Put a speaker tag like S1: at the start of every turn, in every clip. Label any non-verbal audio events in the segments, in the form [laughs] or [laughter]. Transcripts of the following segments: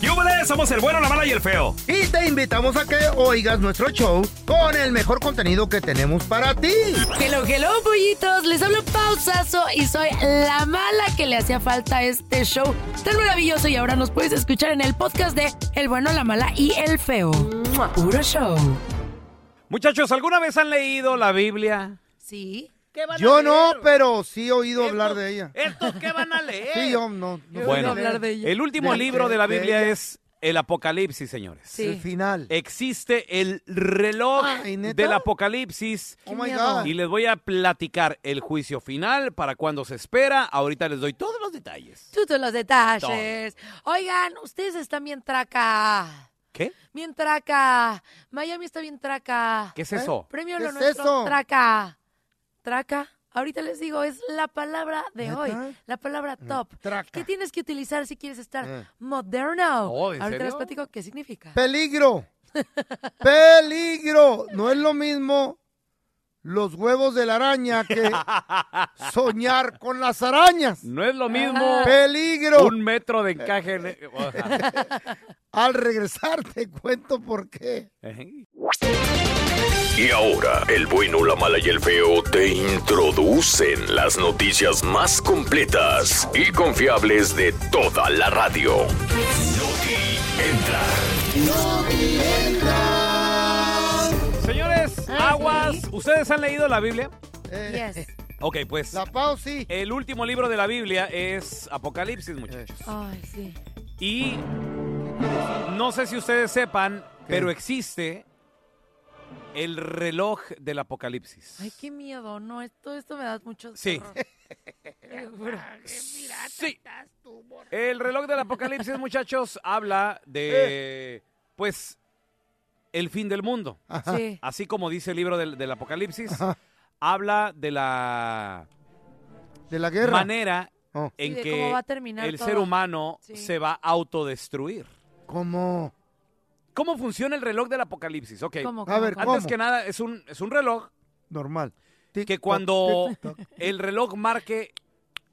S1: ¡Yúbele! Somos el bueno, la mala y el feo.
S2: Y te invitamos a que oigas nuestro show con el mejor contenido que tenemos para ti.
S3: Hello, hello, pollitos. Les hablo pausazo y soy la mala que le hacía falta a este show tan maravilloso. Y ahora nos puedes escuchar en el podcast de El bueno, la mala y el feo. ¡Mua! Puro show.
S1: Muchachos, ¿alguna vez han leído la Biblia?
S3: Sí.
S2: Yo no, pero sí he oído hablar de ella.
S3: Eh,
S1: ¿Estos qué van a leer?
S2: Sí, yo no. no
S1: Bueno,
S2: sé leer.
S3: hablar de ella.
S1: el último
S2: De-
S1: libro de la
S2: de
S1: Biblia
S2: ella.
S1: es el Apocalipsis, señores.
S3: Sí. Eh,
S2: El final.
S1: Existe el reloj
S2: Ay, ¿neta?
S1: del Apocalipsis
S2: Oh my
S3: miedo.
S2: God.
S1: y les voy a platicar el juicio final, para cuándo se espera. Ahorita les doy todos los detalles.
S3: Tú te los detalles. Oigan, ustedes están bien traca.
S1: ¿Qué?
S3: Bien traca. Miami está bien traca.
S1: ¿Qué es eso?
S3: Premio
S2: ¿Qué
S3: lo
S2: es
S3: nuestro.
S2: eso?
S3: Traca. Traca. Ahorita les digo, es la palabra de
S2: ¿Neta?
S3: hoy. La palabra top.
S2: traca.
S3: ¿Qué tienes que utilizar si quieres estar
S2: Eh.
S3: moderno?
S1: Oh, ¿en
S3: Ahorita les
S1: serio?
S3: platico qué significa.
S2: Peligro. Peligro. No es lo mismo los huevos de la araña
S1: [laughs]
S2: que soñar con las arañas.
S1: No es lo mismo
S2: Peligro.
S1: un metro de encaje. en-
S2: Al regresar te cuento por qué.
S4: Y ahora, el bueno, la mala y el feo te introducen las noticias más completas y confiables de toda la radio. entra.
S1: Señores, aguas. ¿Ustedes han leído la Biblia?
S2: Eh,
S3: Yes.
S1: Ok, pues
S2: La pausa sí.
S1: el último libro de la Biblia es Apocalipsis, muchachos.
S2: Eh,
S3: Ay, sí.
S1: Y no sé si ustedes sepan, pero existe el reloj del Apocalipsis.
S3: Ay, qué miedo. No, esto, esto me da mucho
S1: Sí.
S3: terror. Te lo juro.
S1: Sí. El reloj del Apocalipsis,
S3: [laughs]
S1: muchachos, habla
S3: Eh.
S1: de, pues, el fin del mundo.
S3: Sí.
S1: Así como dice el libro del, del Apocalipsis, habla de la
S2: De la guerra.
S1: manera
S2: Oh.
S3: Sí,
S1: en
S3: de
S1: que
S3: cómo va a terminar
S1: el
S3: todo.
S1: ser humano
S3: Sí.
S1: se va a autodestruir.
S2: ¿Cómo?
S1: ¿Cómo funciona el reloj del apocalipsis? Ok.
S3: ¿Cómo,
S2: A ver,
S3: cómo?
S2: ¿cómo?
S1: Antes que nada, es un, es un reloj
S2: Normal.
S1: que
S2: Tic-toc,
S1: cuando
S2: tic-toc.
S1: el reloj marque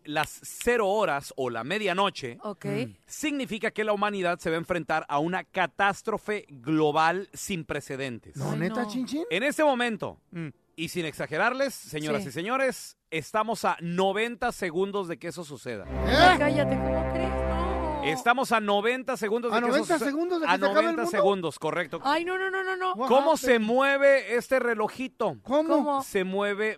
S1: las cero horas o la medianoche,
S3: Ok.
S1: Mm. significa que la humanidad se va a enfrentar a una catástrofe global sin precedentes.
S2: No,
S3: Ay,
S2: neta,
S3: no.
S2: chinchín.
S1: En este momento,
S2: Mm.
S1: y sin exagerarles, señoras
S3: Sí.
S1: y señores, estamos a 90 segundos de que eso suceda.
S3: Ay,
S2: ¿Eh?
S3: cállate, ¿cómo crees? No.
S1: Estamos a 90 segundos de
S2: ¿A
S1: que
S2: 90
S1: eso suceda.
S2: segundos de que
S1: A
S2: se acabe el
S1: 90
S2: mundo?
S1: segundos, correcto.
S3: Ay, no, no, no, no, no.
S2: What
S1: ¿Cómo se
S2: happened?
S1: mueve este relojito?
S2: ¿Cómo?
S3: ¿Cómo?
S1: Se mueve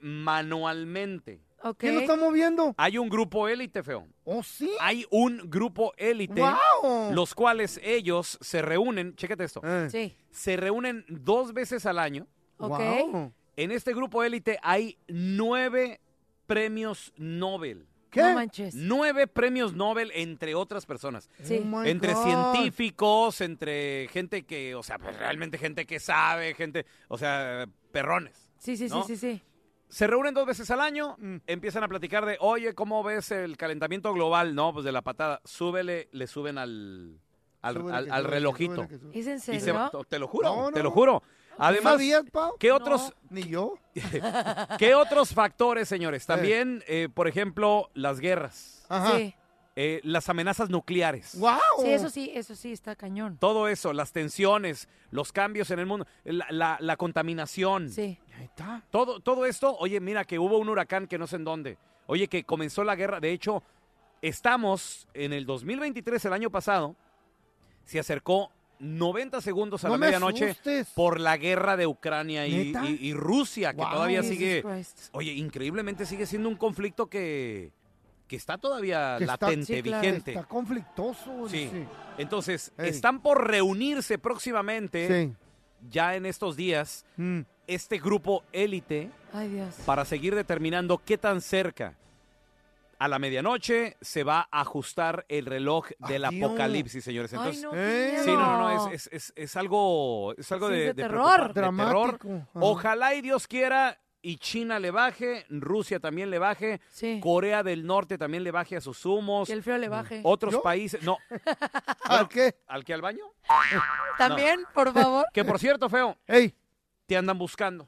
S1: manualmente.
S3: Ok.
S2: ¿Quién lo está moviendo?
S1: Hay un grupo élite, feo.
S2: ¿Oh, sí?
S1: Hay un grupo élite,
S2: ¡Wow!
S1: los cuales ellos se reúnen, chécate esto,
S2: Eh.
S3: Sí.
S1: se reúnen dos veces al año.
S3: Ok.
S2: Wow.
S1: En este grupo élite hay nueve premios Nobel.
S2: ¿Qué?
S3: No manches.
S1: Nueve premios Nobel entre otras personas.
S3: Sí.
S2: Oh, my
S1: entre
S2: God.
S1: científicos, entre gente que, o sea, pues, realmente gente que sabe, gente, o sea, perrones.
S3: Sí, sí, sí,
S1: ¿no?
S3: sí, sí.
S1: Se reúnen dos veces al año,
S2: Mm.
S1: empiezan a platicar de, oye, ¿cómo ves el calentamiento global? No, pues de la patada, súbele, le suben al, al,
S2: Súbele
S1: al-
S2: que
S1: al
S2: sube, que sube,
S1: relojito.
S2: que sube.
S3: ¿Es en
S1: Y se va-
S3: serio?
S1: te lo juro,
S2: No,
S1: te
S2: no,
S1: lo
S2: no.
S1: juro.
S2: ¿No
S1: Además,
S2: sabías, Pau?
S1: ¿qué otros,
S2: Ni yo.
S1: ¿qué otros factores, señores? También, eh, por ejemplo, las guerras,
S2: Ajá.
S3: Sí.
S1: eh, las amenazas nucleares.
S2: ¡Wow!
S3: Sí, eso sí, eso sí, está cañón.
S1: Todo eso, las tensiones, los cambios en el mundo, la, la- la contaminación.
S3: Sí.
S2: Neta.
S1: Todo, todo esto, oye, mira que hubo un huracán que no sé en dónde. Oye, que comenzó la guerra. De hecho, Estamos en el 2023, el año pasado, se acercó 90 segundos a
S2: No
S1: la
S2: me
S1: medianoche
S2: asustes.
S1: por la guerra de Ucrania y,
S2: ¿Neta?
S1: y- y Rusia, que
S2: Wow.
S1: todavía
S3: Jesus
S1: sigue.
S3: Christ.
S1: Oye, increíblemente sigue siendo un conflicto que, que está todavía
S2: Que está-
S1: latente,
S3: Sí, claro.
S1: vigente.
S2: Está conflictoso.
S1: Sí.
S2: dice.
S1: Entonces,
S2: Ey.
S1: están por reunirse próximamente,
S2: Sí.
S1: ya en estos días,
S2: Mm.
S1: este grupo élite
S3: Ay, Dios.
S1: para seguir determinando qué tan cerca a la medianoche se va a ajustar el reloj del
S2: Ay, Dios.
S1: apocalipsis, señores. Entonces,
S3: Ay, no,
S2: Eh.
S3: qué
S1: Sí, no, no, no,
S3: miedo.
S1: es, es- es- es algo, es algo
S3: Sí,
S1: de,
S3: es de
S1: de
S3: terror.
S1: preocupar, de terror.
S2: Dramático. Ajá.
S1: Ojalá y Dios quiera y China le baje, Rusia también le baje,
S3: Sí,
S1: Corea del Norte también le baje a sus humos,
S3: que el frío le baje.
S1: otros
S2: ¿Yo?
S1: países, no,
S2: ¿Al qué?
S1: al que al baño.
S3: También, por favor. [laughs]
S1: Que
S2: [laughs]
S1: por cierto, feo,
S2: Ey,
S1: te andan buscando.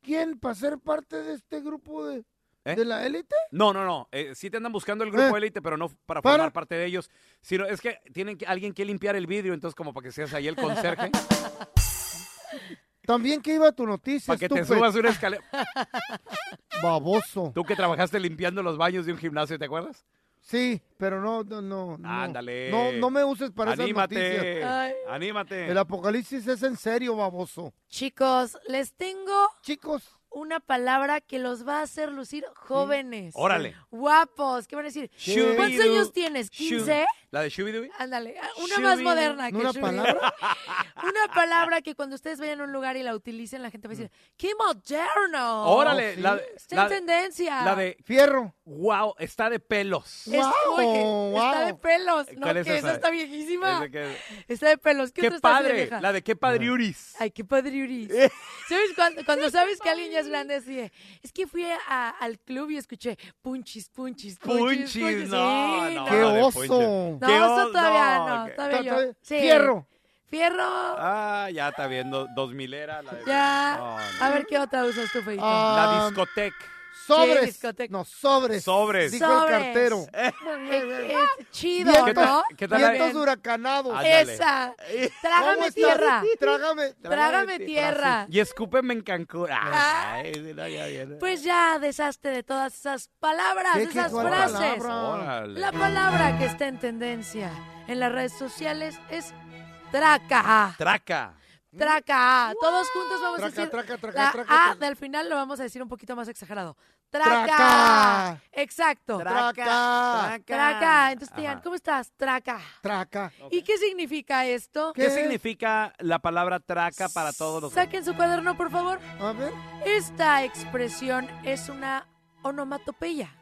S2: ¿quién para ser parte de este grupo de,
S1: ¿Eh?
S2: de la élite?
S1: No, no, no. eh, sí te andan buscando el grupo
S2: Eh.
S1: élite, pero no para
S2: Para.
S1: formar parte de ellos. Sino es que tienen que- alguien que limpiar el vidrio, entonces como para que seas ahí
S2: [laughs]
S1: el conserje,
S2: También que iba tu noticia,
S1: para que te
S2: estúpido.
S1: subas una escalera.
S2: Baboso.
S1: Tú que trabajaste limpiando los baños de un gimnasio, ¿te acuerdas?
S2: Sí, pero no, no, no. no.
S1: Ándale.
S2: No, no me uses para esas noticias.
S1: Anímate.
S3: Ay.
S1: Anímate.
S2: El apocalipsis es en serio, baboso.
S3: Chicos, les tengo
S2: Chicos,
S3: una palabra que los va a hacer lucir jóvenes.
S1: Órale.
S3: Guapos. ¿Qué van a decir?
S1: Shubidu-
S3: ¿Cuántos años tienes?
S1: Shu-
S3: ¿15?
S1: ¿La de Shubidui?
S3: Ándale, ah, una más
S1: Shubidu-
S3: moderna. Que
S2: ¿una
S3: shubidu.
S2: palabra?
S3: [laughs] una palabra que cuando ustedes vayan a un lugar y la utilicen, la gente va a decir, ¡qué moderno!
S1: Órale.
S2: sí.
S1: la,
S3: Está
S1: la,
S3: en tendencia.
S1: la de,
S2: fierro.
S1: wow, está de pelos.
S3: Es-
S2: Wow,
S3: oye,
S2: wow.
S3: Está de pelos. No,
S1: ¿Cuál es
S3: que esa
S1: esa?
S3: está viejísima.
S1: Es de que-
S3: Está de pelos. ¿Qué,
S1: qué
S3: otra está así de
S1: padre.
S3: vieja?
S1: La de Eh. qué padriuris.
S3: Ay, qué padre Uri. ¿Sabes
S1: [laughs]
S3: cuando, cuando sabes que alguien ya es grande así? de, Es que fui a- al club y escuché punchis, punchis, punchis.
S1: Punchis, no,
S3: Sí,
S1: no.
S2: ¡Qué
S1: la de
S2: oso!
S3: No,
S1: Qué
S3: eso
S1: oso,
S3: todavía
S1: no,
S3: no,
S1: que-
S3: todavía
S2: Ta- ta-
S3: yo. Sí.
S2: Fierro.
S3: Fierro.
S1: Ah, ya está viendo. Dos milera. La de-
S3: ya. Um,
S1: No, no.
S3: A ver qué otra usas tú, Feito.
S1: La
S2: Ah,
S1: discoteca.
S3: Sí,
S2: Sobres.
S3: discoteca.
S2: no, sobres.
S1: Sobres.
S2: Dijo
S3: Sobres.
S2: el
S1: [laughs]
S2: cartero. [laughs]
S3: Eh, es chido,
S2: Vientos-
S1: ¿Qué tal-
S3: ¿no?
S1: qué tal la-
S2: Vientos huracanados.
S1: Ah, Ándale.
S3: Esa.
S2: ¿Cómo
S3: Eh, Trágame
S2: está?
S3: tierra.
S2: Trágame.
S3: [laughs] Trágame tierra.
S1: Y escúpeme en Cancún.
S3: Ah.
S1: Ay, sí, no, ya viene.
S3: Pues ya deshazte de todas esas palabras,
S2: ¿Qué, qué,
S3: esas
S2: cuál
S3: frases.
S2: palabra?
S1: Órale.
S3: La palabra que está en tendencia en las redes sociales es traca.
S1: Traca.
S3: Traca. Todos juntos vamos a
S2: Traca,
S3: decir
S2: traca, traca,
S3: Pues la
S2: traca. pues.
S3: A del final lo vamos a decir un poquito más exagerado. Traca.
S2: Traca.
S3: Exacto.
S2: Traca.
S3: Traca. Entonces te digan,
S1: Ajá.
S3: ¿cómo estás? Traca.
S2: Traca.
S3: ¿Y qué significa esto?
S1: ¿Qué significa la palabra traca para todos los
S3: Saquen su cuaderno, por favor.
S2: A ver.
S3: Esta expresión es una onomatopeya.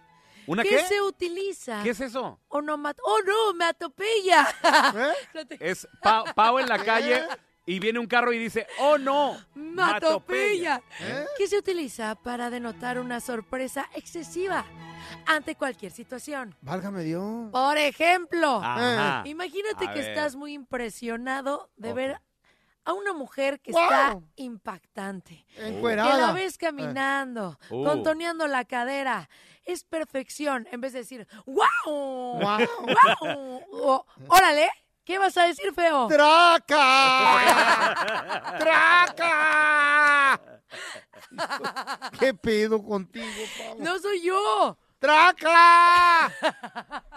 S1: ¿Una
S3: que
S1: qué?
S3: se utiliza?
S1: ¿Qué es eso?
S3: Onomat
S1: [laughs]
S3: onomatopeya.
S2: ¿eh?
S3: No te-
S1: Es pa- Pau en la calle y viene un carro y dice, ¡Oh no!
S3: Matopilla,
S2: ¿Eh?
S3: que se utiliza para denotar una sorpresa excesiva ante cualquier situación.
S2: Válgame Dios.
S3: Por ejemplo,
S1: Ajá.
S3: imagínate
S1: Ah, A
S3: que
S1: ver.
S3: estás muy impresionado de
S1: Ok.
S3: ver a una mujer que
S2: Wow.
S3: está impactante.
S2: Encuerada.
S3: Que la ves caminando,
S1: Uh.
S3: contoneando la cadera. Es perfección. En vez de decir, ¡Wow!
S2: Guau.
S3: [laughs]
S2: [laughs]
S3: ¡Wow! O, ¡Órale! ¿Qué vas a decir, feo?
S2: ¡Traca! ¡Traca! ¿Qué pedo contigo, Pablo?
S3: No soy yo.
S2: ¡Traca!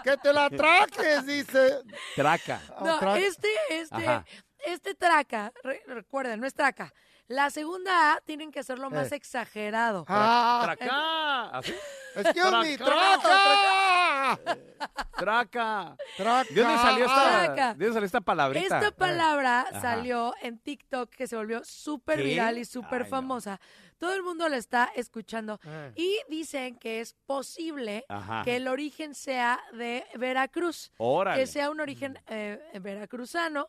S2: ¡Que te la traques! Dice.
S1: Traca.
S3: No,
S2: Otra-
S3: este, este,
S1: Ajá.
S3: este traca, re- recuerden, no es traca. La segunda A tienen que hacerlo más
S2: Eh.
S3: exagerado.
S2: Ah,
S1: Traca. Así.
S2: excuse me,
S1: Traca.
S2: traca.
S1: [laughs] Traca.
S2: Traca.
S1: ¿De dónde salió
S3: Traca.
S1: esta, ¿de dónde salió esta palabrita?
S3: Esta palabra
S1: eh. Ajá.
S3: salió en TikTok que se volvió súper
S1: ¿Qué?
S3: viral y súper
S1: Ay, no.
S3: famosa. Todo el mundo la está escuchando.
S2: Eh.
S3: Y dicen que es posible
S1: Ajá.
S3: que el origen sea de Veracruz.
S1: Órale. Mm.
S3: que sea un origen eh, veracruzano.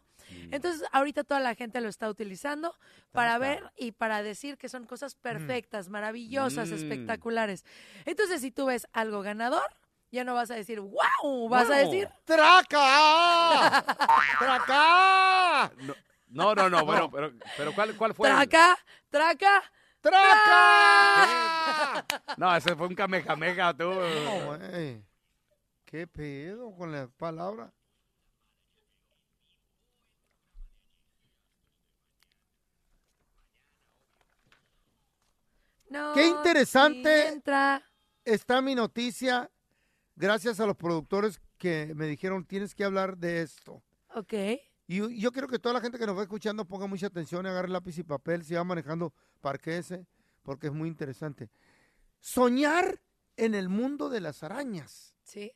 S3: Entonces, ahorita toda la gente lo está utilizando para ver y para decir que son cosas perfectas, maravillosas,
S1: Mm.
S3: espectaculares. Entonces, si tú ves algo ganador, ya no vas a decir wow, vas a
S1: Guau.
S3: decir
S2: ¡Traca! ¡Traca!
S1: No, no, no. Bueno, pero, pero ¿cuál, ¿cuál fue?
S3: traca, traca.
S2: ¡Traca!
S1: No, ese fue un camejameja, tú.
S2: No, güey. ¿Qué pedo con la palabra?
S3: No,
S2: Qué interesante.
S3: sí entra.
S2: Está mi noticia gracias a los productores que me dijeron, tienes que hablar de esto.
S3: Ok.
S2: Y yo- yo quiero que toda la gente que nos va escuchando ponga mucha atención, agarre lápiz y papel, si va manejando, parquese, porque es muy interesante. Soñar en el mundo de las arañas
S3: Sí.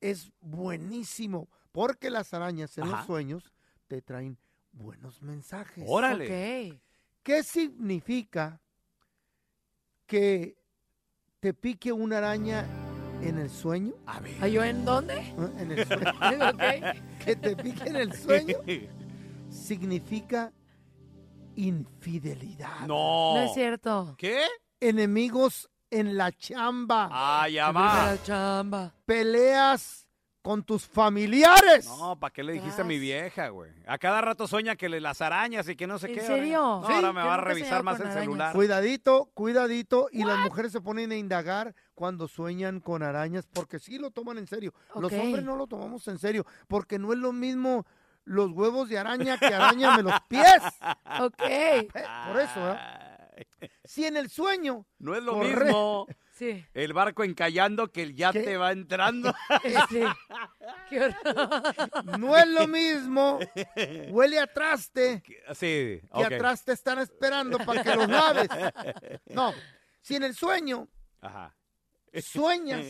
S2: es buenísimo, porque las arañas en
S1: Ajá.
S2: los sueños te traen buenos mensajes.
S1: Órale.
S3: Ok.
S2: ¿Qué significa que te pique una araña en el sueño?
S1: A ver.
S3: ¿Ay, Ah, yo
S1: [laughs]
S3: en dónde?
S2: ¿Eh? En el sueño.
S3: ok.
S2: que te pique en el
S1: [laughs]
S2: sueño significa infidelidad.
S1: No.
S3: No es cierto.
S1: ¿Qué?
S2: Enemigos en la chamba.
S1: Ah, ya
S3: Para
S1: va.
S3: la chamba.
S2: Peleas con tus familiares.
S1: No, ¿para qué le dijiste a mi vieja, güey? A cada rato sueña que le- las arañas y que no sé
S3: ¿En
S1: qué.
S3: serio?
S1: ahora- No,
S3: Sí,
S1: ahora me
S3: yo
S1: va a
S3: nunca he
S1: revisar
S3: soñado
S1: más
S3: con
S1: el
S3: arañas.
S1: celular.
S2: Cuidadito, cuidadito. Y las mujeres se ponen a indagar cuando sueñan con arañas porque sí lo toman en serio. Los
S3: Ok.
S2: hombres no lo tomamos en serio porque no es lo mismo los huevos de araña que arañame los pies.
S1: [laughs]
S3: Ok.
S2: Eh, Por eso, ¿verdad?
S1: Ay,
S2: Si en el sueño
S1: No es lo
S2: Corre-
S1: mismo
S3: Sí. [laughs]
S1: el barco encallando que el yate
S2: ¿Qué? [laughs]
S1: va entrando.
S3: Sí. Qué horror.
S2: no es lo mismo, huele a traste
S1: sí,
S2: que
S1: ok.
S2: atrás te están esperando para que los laves. No, si en el sueño
S1: Ajá. [laughs]
S2: sueñas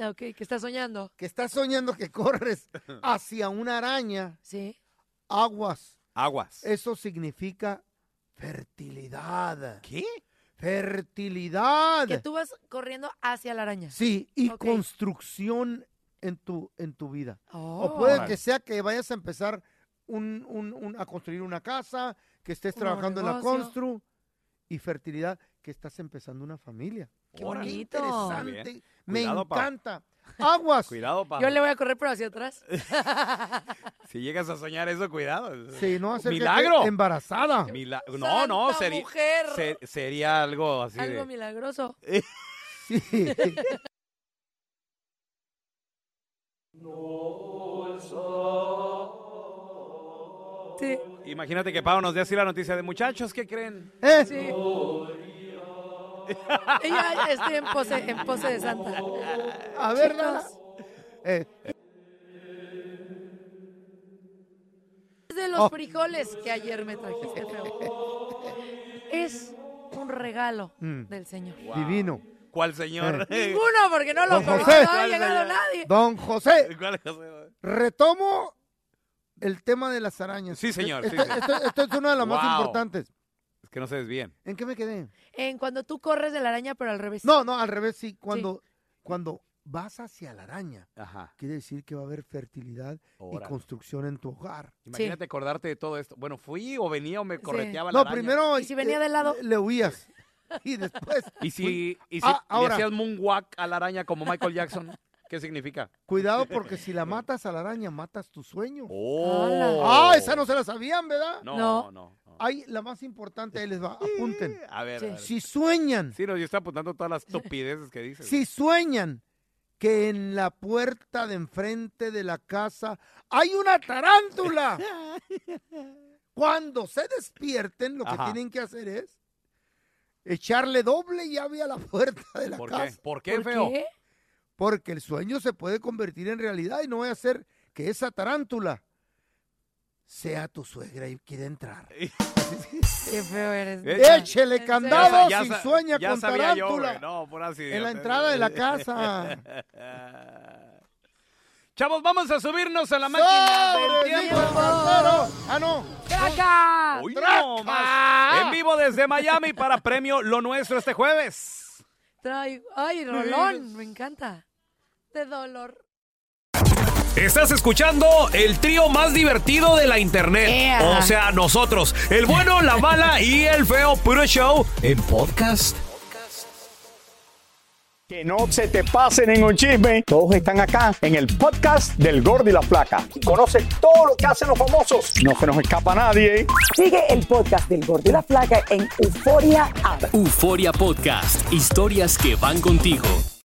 S3: Ok, que está soñando.
S2: que estás soñando que corres hacia una araña,
S3: Sí.
S2: aguas.
S1: Aguas.
S2: Eso significa fertilidad.
S1: ¿Qué?
S2: Fertilidad.
S3: Que tú vas corriendo hacia la araña.
S2: Sí, y
S3: Ok.
S2: construcción en tu, en tu vida.
S3: Oh.
S2: O puede
S1: Órale.
S2: que sea que vayas a empezar un- un- un- a construir una casa, que estés
S3: Un
S2: trabajando en la
S3: negocio.
S2: constru y fertilidad, que estás empezando una familia.
S3: Qué
S1: Órale.
S2: Qué
S3: bonito.
S1: Muy
S2: interesante.
S1: bien.
S2: Me
S1: Cuidado, pa.
S2: encanta. Aguas.
S1: Cuidado, pa.
S3: Yo le voy a correr pero hacia atrás.
S1: Eh, Si llegas a soñar eso, cuidado.
S2: Sí, no hacer
S1: Milagro.
S2: embarazada.
S1: Mila- No,
S3: ¡Santa
S1: no, sería,
S3: mujer!
S1: se- sería algo así
S3: Algo
S1: de...
S3: milagroso.
S2: Sí. [laughs]
S3: Sí.
S1: Imagínate que Pau nos dé así la noticia de muchachos, ¿qué creen?
S2: ¿Eh?
S3: Sí. Ya, ya estoy en pose, en pose de santa.
S2: A ver, Lala. Eh,
S3: de los
S2: Oh.
S3: frijoles que ayer me trajiste, feo. Es un regalo
S2: Mm.
S3: del Señor.
S1: Eh,
S2: Divino.
S1: ¿Cuál señor?
S3: Ninguno, porque no lo
S2: Don
S3: conozco,
S2: José.
S3: no ha llegado nadie.
S2: Don José,
S1: [laughs] ¿Cuál señor?
S2: retomo el tema de las arañas.
S1: Sí, señor, sí,
S2: Esto,
S1: sí.
S2: esto- esto es una de las más
S1: Wow.
S2: importantes.
S1: Es que no se desvíen.
S2: ¿En qué me quedé?
S3: En cuando tú corres de la araña, pero al revés.
S2: No, no, al revés, sí. Cuando, cuando vas hacia la araña,
S1: Ajá.
S2: quiere decir que va a haber fertilidad y
S1: Órale.
S2: construcción en tu hogar.
S1: Imagínate acordarte de todo esto. Bueno, fui o venía o me correteaba la
S2: No,
S1: araña.
S2: primero eh,
S3: ¿Y si venía de lado?
S2: le huías. [laughs] Y después,
S1: ¿Y si, y si
S2: Ah, ahora.
S1: le hacías moonwalk a la araña como Michael Jackson? ¿Qué significa? [laughs]
S2: cuidado porque si la matas a la araña, matas tu sueño.
S1: ¡Oh!
S2: Ah, esa no se la sabían, ¿verdad?
S1: No,
S3: No.
S1: no. no.
S2: Ahí la más importante, ahí les va, apunten.
S1: A ver,
S3: Sí.
S1: a ver.
S2: Si sueñan
S1: Sí, no, yo estoy apuntando todas las estupideces que dices.
S2: Si sueñan que en la puerta de enfrente de la casa hay una
S1: [laughs]
S2: tarántula, cuando se despierten, lo que
S1: Ajá.
S2: tienen que hacer es echarle doble llave a la puerta de la
S1: ¿Por qué?
S2: casa,
S1: ¿Por qué,
S3: ¿Por
S1: feo?
S3: qué?
S2: porque el sueño se puede convertir en realidad y no voy a hacer que esa tarántula sea tu suegra y quiera entrar.
S3: Qué feo eres.
S1: Eh,
S3: neta.
S2: échele
S3: ¿En serio?
S2: candado.
S1: sa-
S2: si
S1: sa-
S2: sueña
S1: ya
S2: con
S1: sabía yo, güey.
S2: tarántula.
S1: no, por así
S2: En la entrada de la casa.
S1: casa. [laughs] Chavos, vamos a subirnos a la máquina del
S2: ¡Sobre,
S1: tiempo.
S2: hijo del cartero! ¡Ah, no!
S3: ¡Caca!
S1: Hoy no más. En vivo desde Miami para premio Lo Nuestro este jueves.
S3: Traigo- ¡Ay, rolón! Me encanta. De dolor.
S5: Estás escuchando el trío más divertido de la internet.
S3: Ea.
S5: O sea, nosotros, el bueno, la mala y el feo puro show en podcast.
S6: Que no se te pase ningún chisme. Todos están acá en el podcast del Gordi y la Flaca. Conoce todo lo que hacen los famosos. No se nos escapa nadie.
S7: Sigue el podcast del Gordo y la Flaca en Euforia App.
S5: Euforia Podcast, historias que van contigo.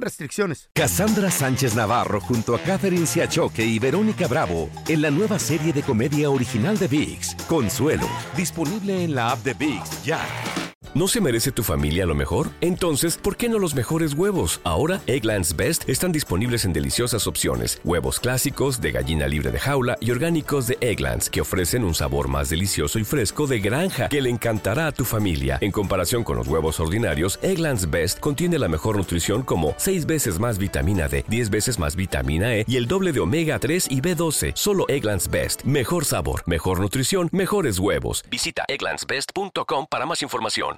S2: restricciones.
S8: Cassandra Sánchez Navarro junto a Catherine Siachoque y Verónica Bravo en la nueva serie de comedia original de VIX, Consuelo, disponible en la app de VIX ya.
S9: ¿No se merece tu familia lo mejor? Entonces, ¿por qué no los mejores huevos? Ahora, Egglands Best están disponibles en deliciosas opciones. Huevos clásicos, de gallina libre de jaula y orgánicos de Egglands, que ofrecen un sabor más delicioso y fresco de granja que le encantará a tu familia. En comparación con los huevos ordinarios, Egglands Best contiene la mejor nutrición como 6 veces más vitamina D, 10 veces más vitamina E y el doble de omega 3 y B12. Solo Egglands Best. Mejor sabor, mejor nutrición, mejores huevos. Visita egglandsbest.com para más información.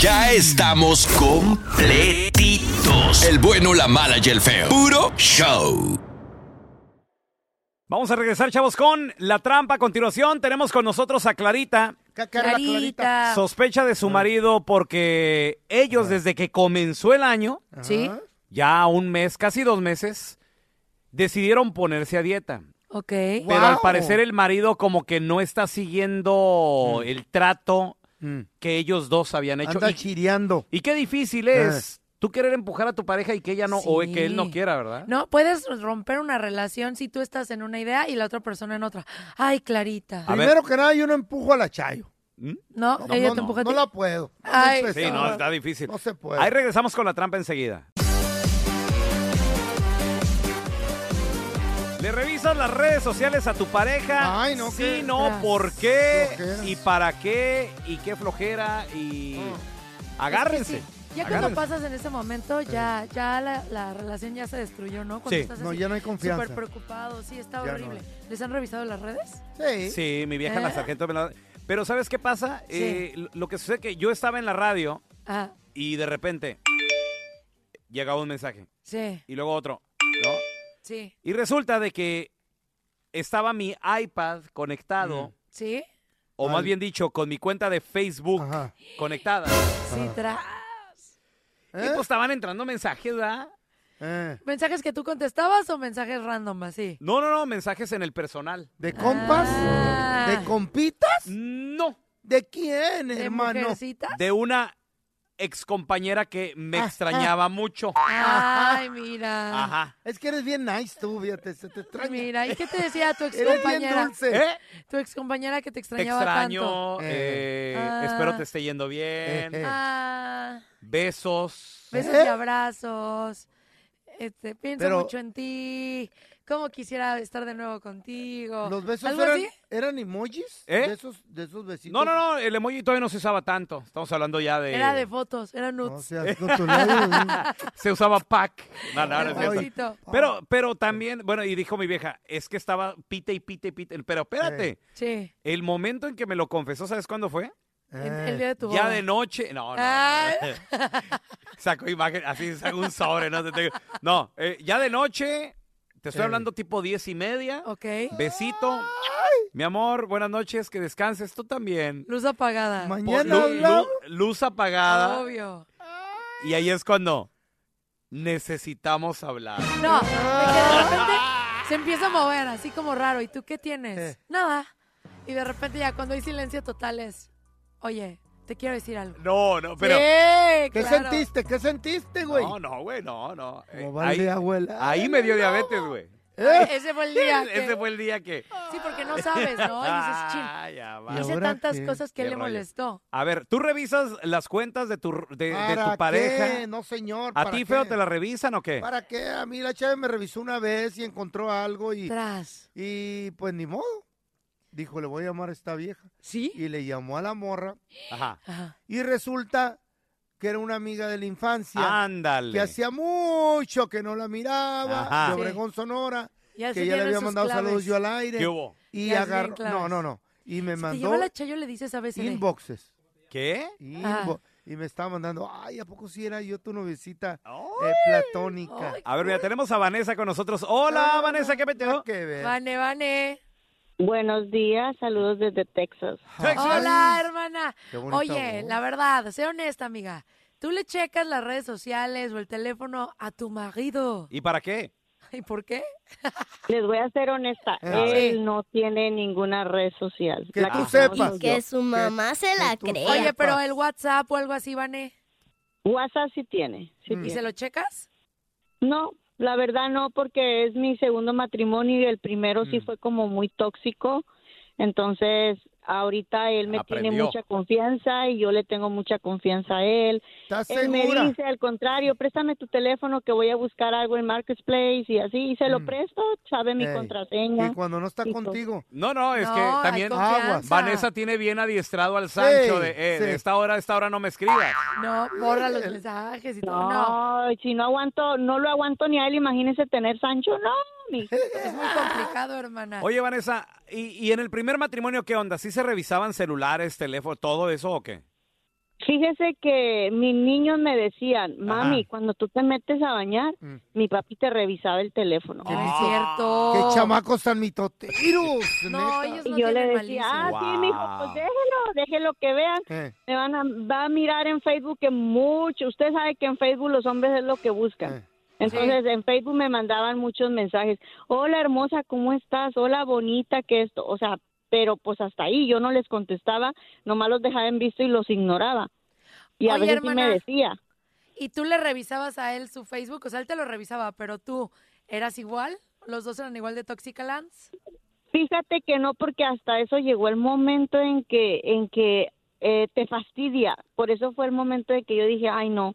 S10: Ya estamos completitos. El bueno, la mala y el feo. Puro show.
S1: Vamos a regresar, chavos, con la trampa. A continuación, tenemos con nosotros a Clarita.
S3: Ah.
S2: Clarita.
S1: Sospecha de
S5: Ah.
S1: su marido porque ellos, desde que comenzó el año,
S3: ¿Sí?
S1: ya un mes, casi dos meses, decidieron ponerse a dieta.
S3: Ok.
S1: Pero al parecer el marido como que no está
S5: Mm.
S1: siguiendo el trato que ellos dos habían Mm. hecho.
S2: Mm. Anda
S1: Y-
S2: chiriando.
S1: Y qué difícil
S2: Eh.
S1: es tú querer empujar a tu pareja y que ella no, o que él no
S3: Sí.
S1: quiera, ¿verdad?
S3: No, puedes romper una relación si tú estás en una idea y la otra persona en otra. Ay, Clarita.
S1: A ver. Primero
S2: que nada, yo no empujo a la Chayo.
S3: No,
S2: No,
S3: ella
S2: no,
S3: te empuja a
S2: no
S3: ti.
S2: la puedo.
S3: Ay.
S1: Sí, no, está difícil.
S2: No se puede.
S1: Ahí regresamos con la trampa enseguida. ¿Le revisas las redes sociales a tu pareja?
S2: Ay, no,
S1: Sí,
S2: qué
S1: no,
S2: tras-
S1: ¿por qué?
S2: flojera.
S1: ¿Y para qué? ¿Y qué flojera? Y
S2: Oh.
S1: agárrense.
S3: Es que sí. Ya cuando
S1: agárrense.
S3: pasas en ese momento, ya, ya la, la relación ya se destruyó, ¿no? Cuando
S1: Sí.
S3: estás
S2: No,
S3: así,
S2: ya no hay confianza.
S3: Súper preocupado, sí, está
S1: Ya no
S3: horrible. ¿Les han revisado las redes?
S2: Sí. Ah.
S1: Sí, mi vieja
S3: ¿Eh?
S1: la sargento me la- Pero ¿sabes qué pasa?
S3: Sí.
S1: Eh, lo- lo que sucede es que yo estaba en la radio
S3: Ah,
S1: y de repente llegaba un mensaje
S3: sí,
S1: y luego otro, ¿no?
S3: sí,
S1: Y resulta de que estaba mi iPad conectado,
S3: sí.
S1: o más bien dicho, con mi cuenta de Facebook conectada.
S3: Sí,
S2: Ah.
S3: tra-
S2: ¿Eh?
S1: Y pues estaban entrando mensajes, ¿verdad?
S3: ¿Mensajes que tú contestabas o mensajes random así?
S1: No, no, no, mensajes en el personal.
S2: ¿De compas?
S3: Ah.
S2: ¿De compitas?
S1: Ah. No.
S2: ¿De quién,
S3: ¿De
S2: hermano?
S3: mujercitas?
S1: De una excompañera que me extrañaba mucho.
S3: Ah. Ay, mira.
S1: Ajá.
S2: Es que eres bien nice tú, fíjate, se te extraña.
S3: Mira, ¿y qué te
S2: [laughs]
S3: decía tu
S2: bien
S3: excompañera?
S2: dulce.
S1: ¿Eh?
S3: Tu excompañera que te
S1: Te
S3: extrañaba tanto.
S1: extraño, eh,
S3: Ah.
S1: espero te esté yendo bien,
S2: Eh, eh.
S3: Ah,
S1: besos.
S3: besos
S2: ¿Eh?
S3: y abrazos. Este, pienso
S2: Pero-
S3: mucho en ti. ¿Cómo quisiera estar de nuevo contigo?
S2: ¿Los besos
S3: ¿Algo
S2: eran,
S3: así?
S2: eran emojis?
S1: ¿Eh?
S2: De esos, de esos besitos.
S1: No, no, no, el emoji todavía no se usaba tanto. Estamos hablando ya de...
S3: Era de fotos, eran
S2: No
S3: nudes.
S2: seas controlado, güey.
S1: [laughs] Se usaba pack. No, no, no es cierto.
S3: Hermosito.
S1: Pero, pero también, bueno, y dijo mi vieja, es que estaba pite y pite y pite. Pero espérate,
S3: Sí,
S1: el momento en que me lo confesó, ¿sabes cuándo fue?
S3: en-
S2: Eh.
S3: el día de tu
S1: Ya
S3: boda.
S1: de noche. No, no. [laughs]
S3: Ah.
S1: Sacó imagen, así sacó un sobre, no te tengo- No, eh, ya de noche, te estoy
S2: Eh.
S1: hablando tipo diez y media.
S3: Ok.
S1: Besito. Mi amor, buenas noches, que descanses tú también.
S3: Luz apagada.
S2: Mañana
S1: Lu- lu-
S2: hablamos.
S1: luz apagada.
S3: Obvio.
S1: Y ahí es cuando necesitamos hablar.
S3: No, de que de
S2: Ah.
S3: repente se empieza a mover así como raro. ¿Y tú qué tienes?
S2: Eh.
S3: Nada. Y de repente ya cuando hay silencio total es, oye, te quiero decir algo.
S1: No, no, pero.
S3: Sí,
S2: ¿Qué
S3: claro.
S2: sentiste? ¿Qué sentiste, güey?
S1: No, no, güey, no, no. Eh,
S2: Como
S1: ahí,
S2: vale, abuela.
S1: ahí me dio diabetes, güey.
S2: ¿Eh?
S3: Ese fue
S2: [laughs]
S3: el día. que-
S1: Ese fue el día que.
S3: Sí, porque no sabes, ¿no? Y dices, chin,
S1: Ah, ya va.
S2: ¿Y
S3: hice
S2: ahora
S3: tantas
S2: qué?
S3: cosas que
S1: Qué
S3: le
S1: rollo.
S3: molestó.
S1: A ver, tú revisas las cuentas de tu, de, de
S2: ¿Para
S1: tu
S2: qué?
S1: pareja.
S2: No, señor.
S1: ¿A
S2: ¿para
S1: ti,
S2: qué?
S1: feo, te la revisan o qué?
S2: ¿Para qué? A mí la chave me revisó una vez y encontró algo y,
S3: Tras.
S2: y pues ni modo. Dijo, le voy a llamar a esta vieja.
S3: ¿Sí?
S2: Y le llamó a la morra
S1: Ajá.
S3: Ajá.
S2: y resulta que era una amiga de la infancia.
S1: Ándale.
S2: que hacía mucho que no la miraba,
S1: Ajá.
S2: de
S3: Sí.
S2: Obregón Sonora,
S3: Ya
S2: que ya le había mandado saludos yo al aire.
S1: ¿Qué hubo?
S2: Y
S3: Ya se
S2: agarró.
S3: tienen claves.
S2: No, no, no. Y me
S3: Si te
S2: mandó
S3: lleva la chayo, le dices a veces.
S2: inboxes.
S1: ¿Qué?
S3: Ah.
S2: inbo- Y me estaba mandando, ay, ¿a poco si era yo tu novecita eh, platónica?
S1: A ver, mira, tenemos a Vanessa con nosotros. Hola, Vanessa, ¿qué peteo?
S3: Vane, Vane.
S11: Buenos días, saludos desde Texas.
S3: Hola, hermana.
S11: Qué bonita
S3: Oye,
S11: voz.
S3: la verdad, sé honesta, amiga. Tú le checas las redes sociales o el teléfono a tu marido.
S1: ¿Y para qué?
S3: ¿Y por qué?
S11: Les voy a ser honesta,
S1: Ah.
S11: él no tiene ninguna red social.
S2: Que
S11: La
S2: tú
S11: conozco
S2: sepas.
S11: yo.
S2: Que su
S3: mamá
S11: se la cree.
S3: Oye, pero el WhatsApp o algo así, Vane.
S11: WhatsApp sí tiene. sí
S3: ¿Y
S11: tiene.
S3: se lo checas?
S11: No, la verdad no, porque es mi segundo matrimonio y el primero sí fue como muy tóxico. Entonces, ahorita él me tiene
S12: Aprendió.
S11: mucha confianza y yo le tengo mucha confianza a él.
S2: ¿Estás
S11: él
S2: segura?
S11: me dice al contrario, préstame tu teléfono que voy a buscar algo en Marketplace y así, y se lo presto, sabe mi
S1: Mm. Ey.
S11: contraseña.
S2: Y cuando no está contigo.
S1: No, no, es
S11: No,
S1: que
S11: hay
S1: también
S11: confianza.
S2: Ah.
S1: Vanessa tiene bien adiestrado al Sancho
S11: Sí,
S1: de, eh, de
S11: sí.
S1: esta hora a esta hora no me escribas.
S3: No, borra los mensajes y todo. No.
S11: No, si no aguanto, no lo aguanto ni a él, imagínese tener Sancho, no, mi
S3: Es muy complicado, hermana.
S1: Oye, Vanessa, ¿y, y en el primer matrimonio qué onda? ¿Sí se revisaban celulares, teléfono, todo eso o qué?
S11: Fíjese que mis niños me decían,
S1: Ah,
S11: mami, cuando tú te metes a bañar,
S1: Mm.
S11: mi papi te revisaba el teléfono.
S3: es cierto.
S2: ¡Qué chamacos tan
S11: [laughs]
S2: mitoteros!
S3: No,
S2: neta.
S3: ellos no
S11: y yo le
S3: tienen
S11: decía, ah,
S3: malicia.
S11: sí, mijo, pues déjelo, déjelo que vean.
S2: Eh.
S11: Me van a, va a mirar en Facebook que mucho, usted sabe que en Facebook los hombres es lo que buscan. Entonces en Facebook me mandaban muchos mensajes, hola hermosa, ¿cómo estás? Hola bonita, que esto, o sea, pero pues hasta ahí yo no les contestaba, nomás los dejaba en visto y los ignoraba. Y a
S3: Oye,
S11: veces sí
S3: hermana.
S11: me decía.
S3: ¿Y tú le revisabas a él su Facebook? O sea, él te lo revisaba, pero tú eras igual. ¿Los dos eran igual de Toxicalans?
S11: Fíjate que no, porque hasta eso llegó el momento en que, en que eh, te fastidia. Por eso fue el momento de que yo dije, ay no,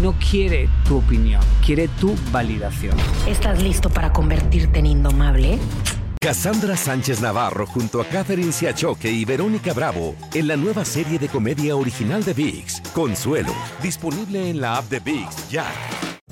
S13: no quiere tu opinión, quiere tu validación.
S14: ¿Estás listo para convertirte en indomable?
S8: Cassandra Sánchez Navarro junto a Catherine Siachoque y Verónica Bravo en la nueva serie de comedia original de VIX, Consuelo, disponible en la app de VIX ya.